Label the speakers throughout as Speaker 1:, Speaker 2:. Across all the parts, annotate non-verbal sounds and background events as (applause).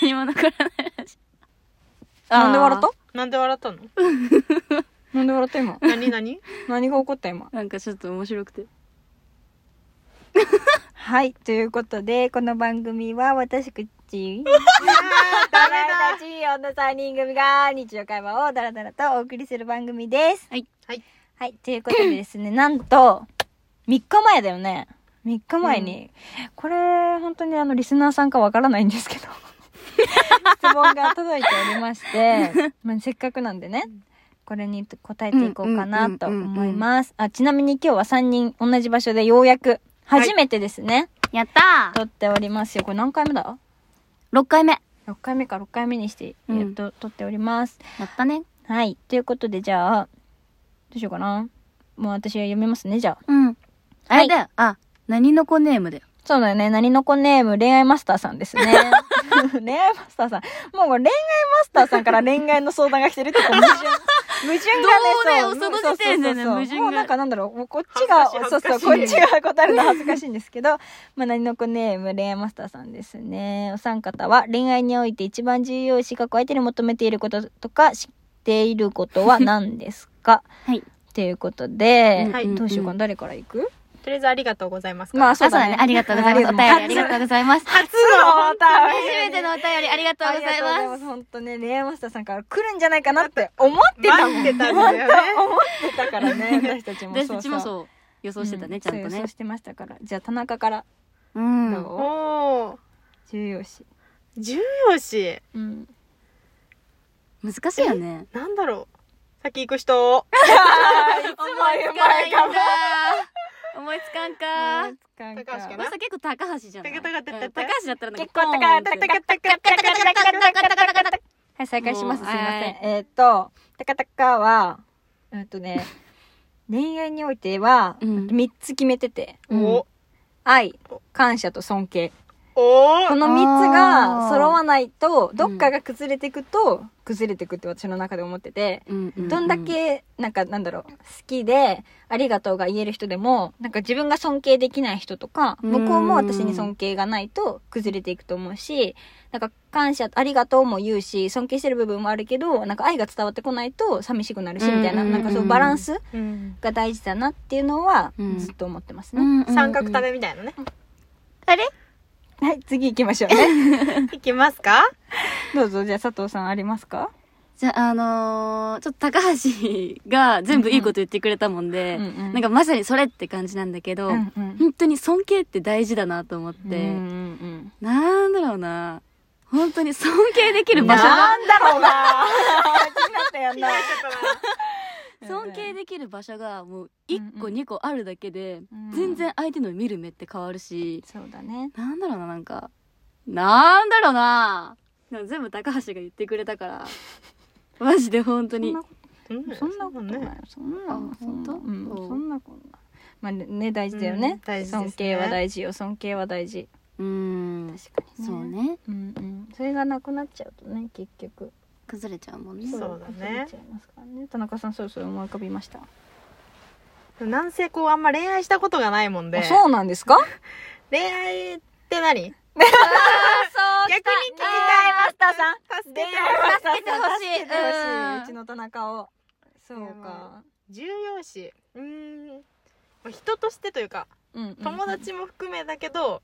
Speaker 1: 何も残らないらしい。
Speaker 2: なんで笑った
Speaker 3: なんで笑っ
Speaker 2: (laughs)
Speaker 3: たの
Speaker 2: なんで笑った今。
Speaker 3: 何何
Speaker 2: 何が起こった今。
Speaker 1: なんかちょっと面白くて。
Speaker 2: はい、ということで、この番組は私くっ (laughs) ち。
Speaker 3: ダ
Speaker 2: ダ
Speaker 3: メ
Speaker 2: メ
Speaker 3: だ
Speaker 2: たち女三人組が日常会話をダラダラとお送りする番組です。
Speaker 1: はい。
Speaker 3: はい
Speaker 2: はい、ということでですね、 (laughs) なんと、3日前だよね。3日前に、これ、本当にあの、リスナーさんかわからないんです (laughs) けど、質問が届いておりま (laughs) して、まあ、せっかくなんでね、これに答えていこうかなと思います。あ、ちなみに今日は3人同じ場所でようやく、初めてですね、
Speaker 1: やったー
Speaker 2: 撮っておりますよ。これ何回目だ
Speaker 1: !6 回目。
Speaker 2: 6回目か6回目にして、
Speaker 1: うん
Speaker 2: えっと、撮っております。
Speaker 1: やったね。
Speaker 2: はい。ということで、じゃあ、どうしようかな。もう私は読みますね、じゃあ。
Speaker 1: うん。あれだよ。あ、何の子ネームだよ。
Speaker 2: そうだよね。何の子ネーム、恋愛マスターさ
Speaker 1: (laughs)
Speaker 2: んですね。恋愛マスターさん。もうこれ恋愛マスターさんから恋愛の相談が来てるってこう矛
Speaker 1: (laughs)
Speaker 2: 盾。矛盾がね、
Speaker 1: どうね
Speaker 2: そう
Speaker 1: その時点でね
Speaker 2: そうそうそう
Speaker 1: 矛盾が
Speaker 2: もうなんかなんだろう、もうこっちが、
Speaker 3: 恥
Speaker 2: そ
Speaker 3: ずか
Speaker 2: う
Speaker 3: しい恥ずかしい
Speaker 2: そう、こっちが答えるの恥ずかしいんですけど、まあ、何の子ネーム、恋愛マスターさんですね。お三方は恋愛において一番重要視か相手に求めていることとか知っていることは何です
Speaker 1: (laughs)
Speaker 2: か
Speaker 1: はい。
Speaker 2: ということで、
Speaker 3: はい
Speaker 2: どうしようか
Speaker 1: な。
Speaker 2: な、誰から行く
Speaker 3: とりあえずありがとうございますから
Speaker 2: まあ、
Speaker 1: あ、そうだね。ありがとうございます。お便りありがとうございます。初
Speaker 2: 初のお便り
Speaker 1: 初めてのお便りありがとうござい
Speaker 2: ありがとうござ
Speaker 1: ま
Speaker 2: い
Speaker 1: す。
Speaker 2: ます。本当ね、レアマスターさんから来るんじゃないかなって思ってたもん。
Speaker 3: 待ってたんだよね
Speaker 2: (laughs) 思ってたか
Speaker 1: (laughs)
Speaker 2: らね、私たちも。
Speaker 1: 私たちも
Speaker 2: う。
Speaker 1: そう予想してたね、ちゃんと
Speaker 2: そう予
Speaker 1: ね
Speaker 2: 想。してましたから。じゃあ、田中から
Speaker 1: う
Speaker 2: ど
Speaker 1: ん。
Speaker 2: う、
Speaker 3: おお
Speaker 2: 重要視。
Speaker 3: 重要視
Speaker 2: うん。
Speaker 1: 難しいよね。
Speaker 3: なんだろう先行く人
Speaker 1: 思いつかないんだ。思いつかんか。
Speaker 2: 高
Speaker 3: 高橋かな
Speaker 1: 私は結構高橋じゃない。
Speaker 3: 高橋だった
Speaker 1: うん高橋だったらなん
Speaker 2: 結
Speaker 1: か
Speaker 2: 構高い、高い、高い、高い、高い、高い、高い、高い、高い、高い、高い、高い、高い、高い。はい、再開します。す
Speaker 1: も
Speaker 2: い
Speaker 1: う
Speaker 2: ません
Speaker 1: はい。
Speaker 2: えーっと、たかたかは、えーっと
Speaker 1: (laughs)
Speaker 2: ね、恋愛においては、
Speaker 1: うん
Speaker 2: 3つ決めてて、
Speaker 1: うん
Speaker 3: お
Speaker 2: 愛、感謝と尊敬。こ
Speaker 3: お
Speaker 2: の3つが揃わないと、ど
Speaker 1: ー
Speaker 2: っかが崩れていくと、崩れていくって私の中で思ってて、
Speaker 1: うんうう
Speaker 2: どんだけ、なんかなんだろう、好きで、ありがとうが言える人でも、なんか自分が尊敬できない人とか、
Speaker 1: うん
Speaker 2: 向こうも私に尊敬がないと崩れていくと思うし、なんか感謝、ありがとうも言うし、尊敬してる部分もあるけど、なんか愛が伝わってこないと寂しくなるし、みたいな、
Speaker 1: うん
Speaker 2: なんかそうバランス
Speaker 3: うん
Speaker 2: が大事だなっていうのは
Speaker 1: う、ん
Speaker 2: ずっと思ってます
Speaker 1: う
Speaker 2: ね。
Speaker 1: んうんうん
Speaker 3: 三角食べみたいなね
Speaker 1: あれ
Speaker 2: はい、次行きましょ
Speaker 1: (laughs)
Speaker 2: うね。
Speaker 3: いきますか
Speaker 2: どうぞ、じゃあ佐藤さんありますか
Speaker 1: じゃあ、あのーちょっと高橋が全部いいこと言ってくれたもんで、
Speaker 2: うんうん
Speaker 1: なんかまさにそれって感じなんだけど、
Speaker 2: うんうん
Speaker 1: 本当に尊敬って大事だなと思っ
Speaker 2: うんう
Speaker 1: て、
Speaker 2: ん
Speaker 1: なんだろうな。本当に尊敬できる場所が、
Speaker 2: なんだろうな気になったやんな。
Speaker 1: 尊敬できる場所がもう1個
Speaker 2: うんうん
Speaker 1: 2個あるだけで、
Speaker 2: うん
Speaker 1: 全然相手の見る目って変わるし、
Speaker 2: そうだね。
Speaker 1: なんだろうな、なんか、なんだろうな。でも全部高橋が言ってくれなだから、マジで本当に。
Speaker 2: そんなことない。そん
Speaker 1: あ
Speaker 2: な
Speaker 1: 本当
Speaker 2: うん
Speaker 1: そう
Speaker 2: そんなことない。まあね大事だよ
Speaker 3: う
Speaker 2: ね
Speaker 3: ん。大事ですね
Speaker 2: 尊敬は大事よ。尊敬は大事。
Speaker 1: うん。
Speaker 2: 確かに
Speaker 1: そう。ね。
Speaker 2: うんうん。それがなくなっちゃうとね結局。
Speaker 1: 崩れちゃうもんね。
Speaker 3: そうだね
Speaker 2: 崩れちゃいますからね。田中さんそろそろ思い浮かびました。
Speaker 3: 男性こうあんま恋愛したことがないもんで
Speaker 2: あそうなんですか？
Speaker 3: 恋愛って何
Speaker 2: そう
Speaker 3: 逆に聞きたい
Speaker 2: マスターさん。
Speaker 3: 助けて
Speaker 2: 助けてほしい。
Speaker 1: 助けてほしいうん
Speaker 2: うちの田中を。そう
Speaker 3: や
Speaker 2: か
Speaker 3: ば。重要視うーんまあ人としてというか
Speaker 2: うんうんうん
Speaker 3: 友。達も含めだけど、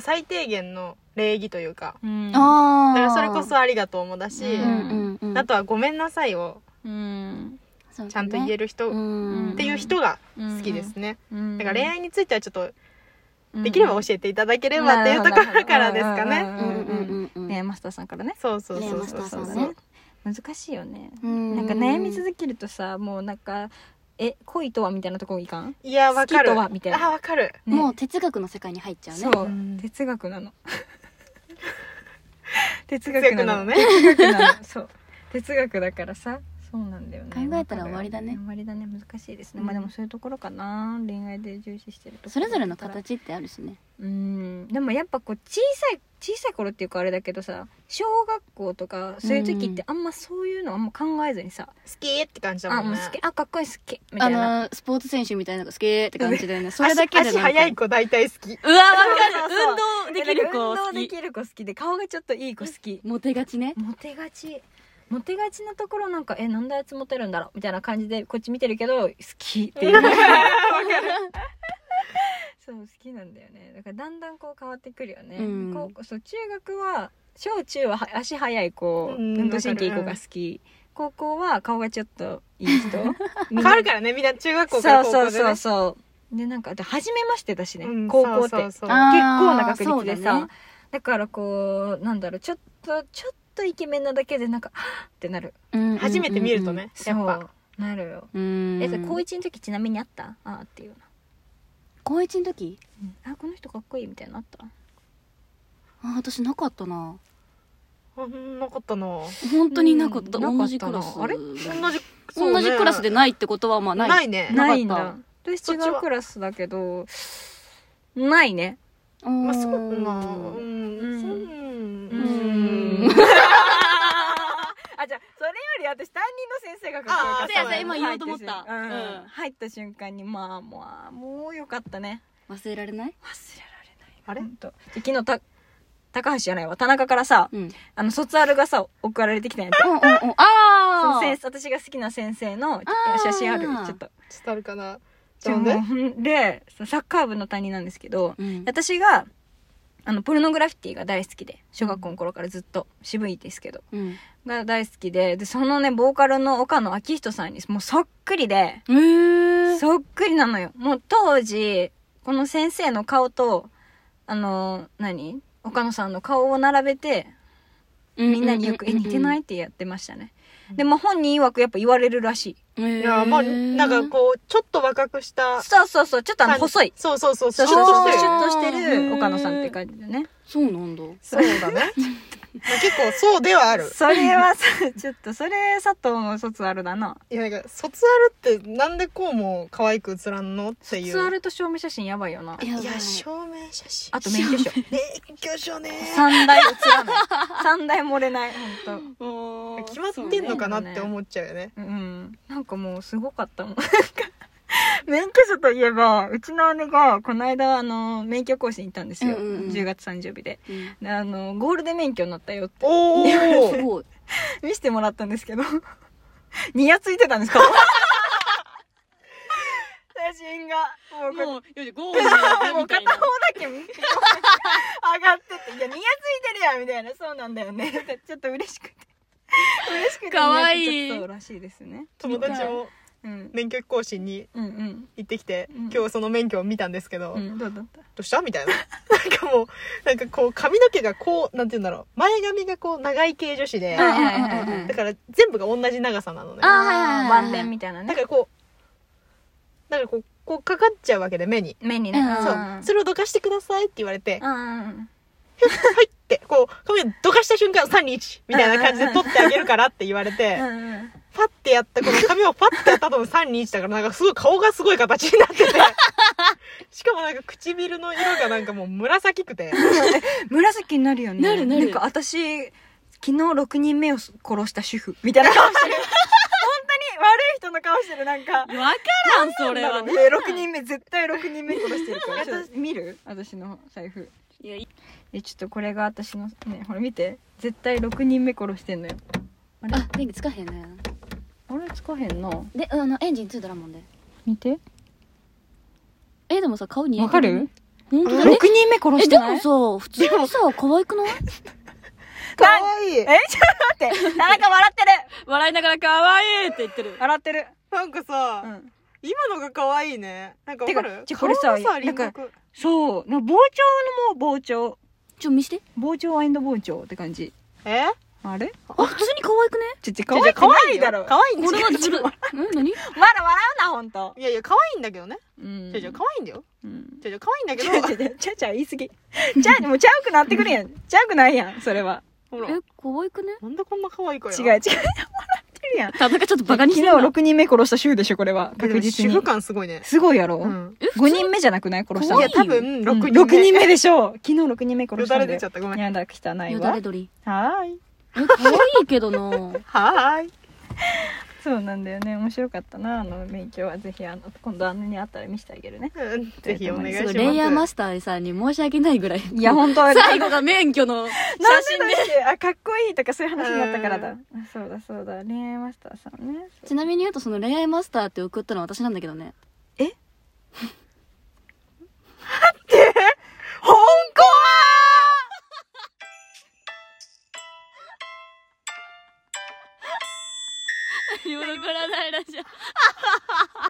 Speaker 3: 最低限の礼儀というか
Speaker 2: う
Speaker 1: (laughs)
Speaker 2: ん。
Speaker 1: ああ。
Speaker 3: だからそれこそありがとうもだし、
Speaker 1: うんうんうん。
Speaker 3: あとはごめんなさいを
Speaker 2: うん。
Speaker 1: そうだね、
Speaker 3: ちゃんと言える人、
Speaker 1: う
Speaker 3: っ
Speaker 1: ん。
Speaker 3: ていう人が好きですね、
Speaker 2: うん。
Speaker 3: だから恋愛についてはちょっと
Speaker 2: 愛
Speaker 3: できれば教えていただければっていうところからですかね、
Speaker 1: うんうんうんうん。
Speaker 2: ねマスターさんからね
Speaker 3: そうそう
Speaker 1: ね
Speaker 3: そう
Speaker 1: マスタ
Speaker 3: そう
Speaker 1: ーさ
Speaker 3: そ
Speaker 1: ん
Speaker 3: う
Speaker 1: ね
Speaker 3: そう
Speaker 2: 難しいよね
Speaker 1: な
Speaker 2: なんか悩み続けるとさもうなんかえ恋とはみたいなとこいかん
Speaker 3: いやわか
Speaker 2: 好き
Speaker 3: る
Speaker 2: とはみたいな
Speaker 3: あわかる
Speaker 1: けもう哲学の世界に入っちゃうね。
Speaker 2: そううん哲学 (laughs) なの哲
Speaker 3: 哲学なのね
Speaker 2: 哲学なのそう哲学だからさそそうなんだよね
Speaker 1: 考えたら終わりだね
Speaker 2: 終わりだね難しいですね、
Speaker 1: うん
Speaker 2: まあでもそういうところかな恋愛で重視してるところ
Speaker 1: それぞれの形ってあるしね
Speaker 2: うんでもやっぱこう小さい小さい頃っていうかあれだけどさ小学校とかそういう時ってあんまそういうのあんま考えずにさ
Speaker 3: 好きって感じだ
Speaker 2: あ
Speaker 3: も
Speaker 2: も
Speaker 3: ん
Speaker 2: う
Speaker 3: ね
Speaker 2: 好きあかっこいい好きみた
Speaker 1: あ
Speaker 2: いな
Speaker 1: のスポーツ選手みたいなのが好きって感じだよねそれだけ
Speaker 3: 足
Speaker 1: で
Speaker 3: 足
Speaker 1: なんか
Speaker 3: 速い子大体好き
Speaker 1: うわわか
Speaker 2: そうそうそう
Speaker 1: る運動できる子
Speaker 2: 運動
Speaker 1: 好
Speaker 2: で
Speaker 1: き
Speaker 2: きる子好きで顔がちょっといい子好き
Speaker 1: モテがちね
Speaker 2: モテがちモテがちなところなんかえなんであいつモテるんだろうみたいな感じでこっち見てるけど好き
Speaker 3: (laughs)
Speaker 2: っていう (laughs) そう好きなんだよねだからだんだんこう変わってくるよね、
Speaker 1: うん
Speaker 2: 高校そう中学は小中はは足速い子
Speaker 3: うん
Speaker 2: 運動神経いい子が好き高校は顔がちょっといい
Speaker 3: (laughs)
Speaker 2: 人
Speaker 3: 変わるからねみんな中学
Speaker 2: そ
Speaker 3: 校
Speaker 2: う
Speaker 3: から高校で、
Speaker 2: そ
Speaker 3: ね、
Speaker 2: うそうそうでなんかで初めましてだしね、
Speaker 3: うん
Speaker 2: 高校って
Speaker 3: そうそうそう
Speaker 1: あー
Speaker 2: 結構な確率で
Speaker 1: そう
Speaker 2: さ
Speaker 1: だ
Speaker 2: だ,、
Speaker 1: ね
Speaker 2: からこうなんだろうちょっとちょっとイケメンなだけでなんかはぁってなる
Speaker 3: 初めて見るとね、
Speaker 2: そう
Speaker 3: やっぱ
Speaker 2: なるよ、
Speaker 1: うん
Speaker 2: えそれ高一の時ちなみにあったあーっていうような、
Speaker 1: 高一の時
Speaker 2: うんあこの人かっこいいみたいなのあった
Speaker 1: あ私なかったな
Speaker 3: そんなことな
Speaker 1: 本当になかった
Speaker 2: うん
Speaker 1: 同じクラス
Speaker 2: なかった
Speaker 3: 同じそうね
Speaker 1: 同じクラスでないってことはまあない
Speaker 3: ないね
Speaker 1: なかった
Speaker 2: んだ私
Speaker 3: そ
Speaker 2: 違
Speaker 3: っち
Speaker 2: う
Speaker 3: は
Speaker 2: クラスだけどないね
Speaker 3: ま
Speaker 1: ま
Speaker 3: あそうなうん、
Speaker 2: うん
Speaker 3: そう
Speaker 2: う
Speaker 3: うん
Speaker 2: ん (laughs) あじゃあそれより私担任の先生がかっこよかった
Speaker 3: あーそうやそうや
Speaker 1: 今言おうと思った
Speaker 2: 入ってし
Speaker 1: うん
Speaker 2: 入った瞬間にまあまあもうよかったね
Speaker 1: 忘れられない
Speaker 2: 忘れられない
Speaker 3: あれ
Speaker 2: ほんとで昨日た高橋じゃないわ田中からさ
Speaker 1: うんうんうん
Speaker 2: あの卒アルがさ送られてきたんやって
Speaker 1: うん
Speaker 2: その
Speaker 1: あ
Speaker 2: 先
Speaker 1: あ
Speaker 2: 生私が好きな先生の
Speaker 1: ー
Speaker 2: 写真あるちょっと
Speaker 3: 伝わるかな
Speaker 2: じゃあもうほんでサッカー部の担任なんですけど、
Speaker 1: うん
Speaker 2: 私があのポルノグラフィティが大好きで小学校の頃からずっと渋いですけど
Speaker 1: うん
Speaker 2: が大好きででそのねボーカルの岡野昭仁さんにもうそっくりで
Speaker 1: えー
Speaker 2: そっくりなのよもう当時この先生の顔とあの何岡野さんの顔を並べてみんなによく「え似てない?」ってやってましたねでも本人曰くやっぱ言われるらしい
Speaker 1: い
Speaker 3: いやまあなんかこうちょっと若くした
Speaker 2: そうそうそうちょっとあの細い
Speaker 3: そうそうそう
Speaker 2: そ
Speaker 3: そうう
Speaker 2: シュッとしてる
Speaker 1: シ
Speaker 2: シ
Speaker 1: ュッとし
Speaker 2: ュッとしてて
Speaker 1: る
Speaker 2: る岡野さんって感じだね
Speaker 1: そうなんだ
Speaker 3: そうだねまあ結構そうではある
Speaker 2: それはさちょっとそれ佐藤の卒アルだない
Speaker 3: やなんか卒アルってなんでこうも可愛く映らんのっていう
Speaker 2: 卒アルと証明写真やばいよない
Speaker 1: や
Speaker 3: いや証明写真
Speaker 2: あと免許証
Speaker 3: 免許証ね
Speaker 2: 三台映らない (laughs) 三台漏れない本
Speaker 3: 決まってんのかなって思っちゃうよね
Speaker 2: 当うんなんかもうすごかったもんなんか免許証といえばうちの姉がこの間あの免許更新行ったんですよ、
Speaker 1: うんうんうん
Speaker 2: 10月30日で
Speaker 1: うん
Speaker 2: であのゴールデン免許になったよって
Speaker 3: おお
Speaker 1: すごい
Speaker 2: 見せてもらったんですけどニヤついてたんですか写真がもうこれ
Speaker 1: もうよしゴールだ
Speaker 2: も
Speaker 1: み
Speaker 2: う
Speaker 1: たい
Speaker 2: 片
Speaker 1: な
Speaker 2: 方だけ上がってて「いやニヤついてるやん」みたいな「そうなんだよね」ってちょっと嬉しくて嬉しくて
Speaker 1: かわいい
Speaker 2: ニヤつちゃったらしいですね
Speaker 3: 友達も
Speaker 2: うん
Speaker 3: 免許更新に
Speaker 2: うんうん
Speaker 3: 行ってきて、
Speaker 2: うん
Speaker 3: 今日その免許を見たんですけど、
Speaker 2: う
Speaker 3: ど
Speaker 2: んどうだった
Speaker 3: うしたみたいななんかもうなんかこう髪の毛がこうなんて言うんだろう前髪がこう長い系女子で、
Speaker 1: うん
Speaker 3: だから全部が同じ長さなのね
Speaker 1: あはいはいはい
Speaker 2: 晩年みたいな
Speaker 3: だ
Speaker 2: ね
Speaker 3: からこうなんかこうこうかかっちゃうわけで目に、
Speaker 2: 目にね
Speaker 1: うん
Speaker 2: ん
Speaker 3: そうそれをどかしてくださいって言われて、
Speaker 2: うんうん
Speaker 3: はいってこう髪をどかした瞬間321みたいな感じで取ってあげるからって言われて、
Speaker 2: うんうん
Speaker 3: パッてやったこの髪をパッてやった後の321だからなんかすごい顔がすごい形に
Speaker 2: (laughs)
Speaker 3: なっててしかもなんか唇の色がなんかもう紫くて
Speaker 2: 紫になるよね
Speaker 1: なるなる
Speaker 2: んか私昨日6人目を殺した主婦みたいな顔してる本当に悪い人の顔してるなんか
Speaker 1: わからんそれはね
Speaker 2: え6人目絶対6人目殺してるから私見る私の財布
Speaker 1: いやい
Speaker 2: えちょっとこれが私のねほら見て絶対6人目殺してんのよあれ
Speaker 1: あ電気つかへんね
Speaker 2: あれつかへんな
Speaker 1: であのエンジンついたらもんで
Speaker 2: 見て
Speaker 1: えでもさ顔に
Speaker 2: わかる
Speaker 1: 本当
Speaker 2: ?6
Speaker 1: だね
Speaker 2: 人目殺
Speaker 1: え
Speaker 2: して
Speaker 1: で
Speaker 2: ない
Speaker 1: もさ普通にさ可愛くない
Speaker 3: かわいい
Speaker 2: えちょっと待って田中笑ってる
Speaker 1: (laughs) 笑いながら可愛いって言ってる
Speaker 2: 笑ってる
Speaker 3: なんかさ、
Speaker 2: うん
Speaker 3: 今のが可愛いねなんかわかる
Speaker 2: てかちょこれさ
Speaker 3: 顔の
Speaker 2: なんか
Speaker 3: 輪郭
Speaker 2: そうな膨張のもう膨張
Speaker 1: ちょ見して
Speaker 2: 膨張膨張って感じ
Speaker 3: え
Speaker 2: あれ
Speaker 1: あ普通に可愛くね
Speaker 2: ちょちょ
Speaker 3: じゃ可愛いだろ可愛いん
Speaker 1: こ
Speaker 3: だ
Speaker 1: れ
Speaker 3: よ
Speaker 1: はずる (laughs) え何
Speaker 2: まだ笑うな本当
Speaker 3: いやいや可愛いんだけどね
Speaker 2: うん
Speaker 3: じゃじゃ可愛いんだよ
Speaker 2: うん
Speaker 3: じゃじゃ可愛いんだ
Speaker 2: ち
Speaker 3: け
Speaker 2: ゃう
Speaker 3: ど
Speaker 2: ちゃうちゃうちゃうちゃう言い過ぎ。ちゃう、もうちゃうくなってくるやん。ちゃうくないやん、それは。
Speaker 3: ほら
Speaker 1: え可愛くね
Speaker 3: なんでこんな可愛い子や
Speaker 2: 違う違う。てるやん。
Speaker 1: 田中ちょっとバカにして
Speaker 2: 昨
Speaker 1: る
Speaker 2: 日
Speaker 1: な
Speaker 2: 6人目殺した週でしょ、これは。
Speaker 3: で
Speaker 2: 確
Speaker 3: も
Speaker 2: 実
Speaker 3: 主
Speaker 2: に
Speaker 3: 婦。感すごいね。
Speaker 2: すごいやろ、
Speaker 3: う。
Speaker 2: うん ?5 人目じゃなくない殺した
Speaker 3: い
Speaker 2: の。
Speaker 1: 怖
Speaker 3: や、多分
Speaker 2: うん
Speaker 3: 6人目。
Speaker 2: 六人目でしょう。昨日6人目殺
Speaker 3: よ
Speaker 2: した
Speaker 3: だれ
Speaker 2: んで。
Speaker 3: 出ちゃった。ごめん。
Speaker 2: やだ、汚い
Speaker 1: よだ
Speaker 2: わ
Speaker 1: れ。鳥
Speaker 2: はーい。
Speaker 1: え可愛いけどな
Speaker 3: はーい。
Speaker 2: そうなんだよね。面白かったな、あの勉強は。ぜひ、あの、今度あんに会ったら見せてあげるね。
Speaker 3: うんぜひお願いし
Speaker 1: す
Speaker 3: ま
Speaker 1: ごい
Speaker 3: す。
Speaker 1: レイヤーマスターさんに申し訳ないぐらい
Speaker 2: いや、本当は
Speaker 1: 最後が免許の写
Speaker 2: なんで
Speaker 1: 真
Speaker 2: だ
Speaker 1: で
Speaker 2: っけあ、かっこいいとかそういう話になったからだ。
Speaker 3: う
Speaker 2: あそうだそうだ。恋愛マスターさんね。
Speaker 1: ちなみに言うとその恋愛マスターって送ったのは私なんだけど (laughs) ね
Speaker 3: 香港
Speaker 1: 喜らないらしい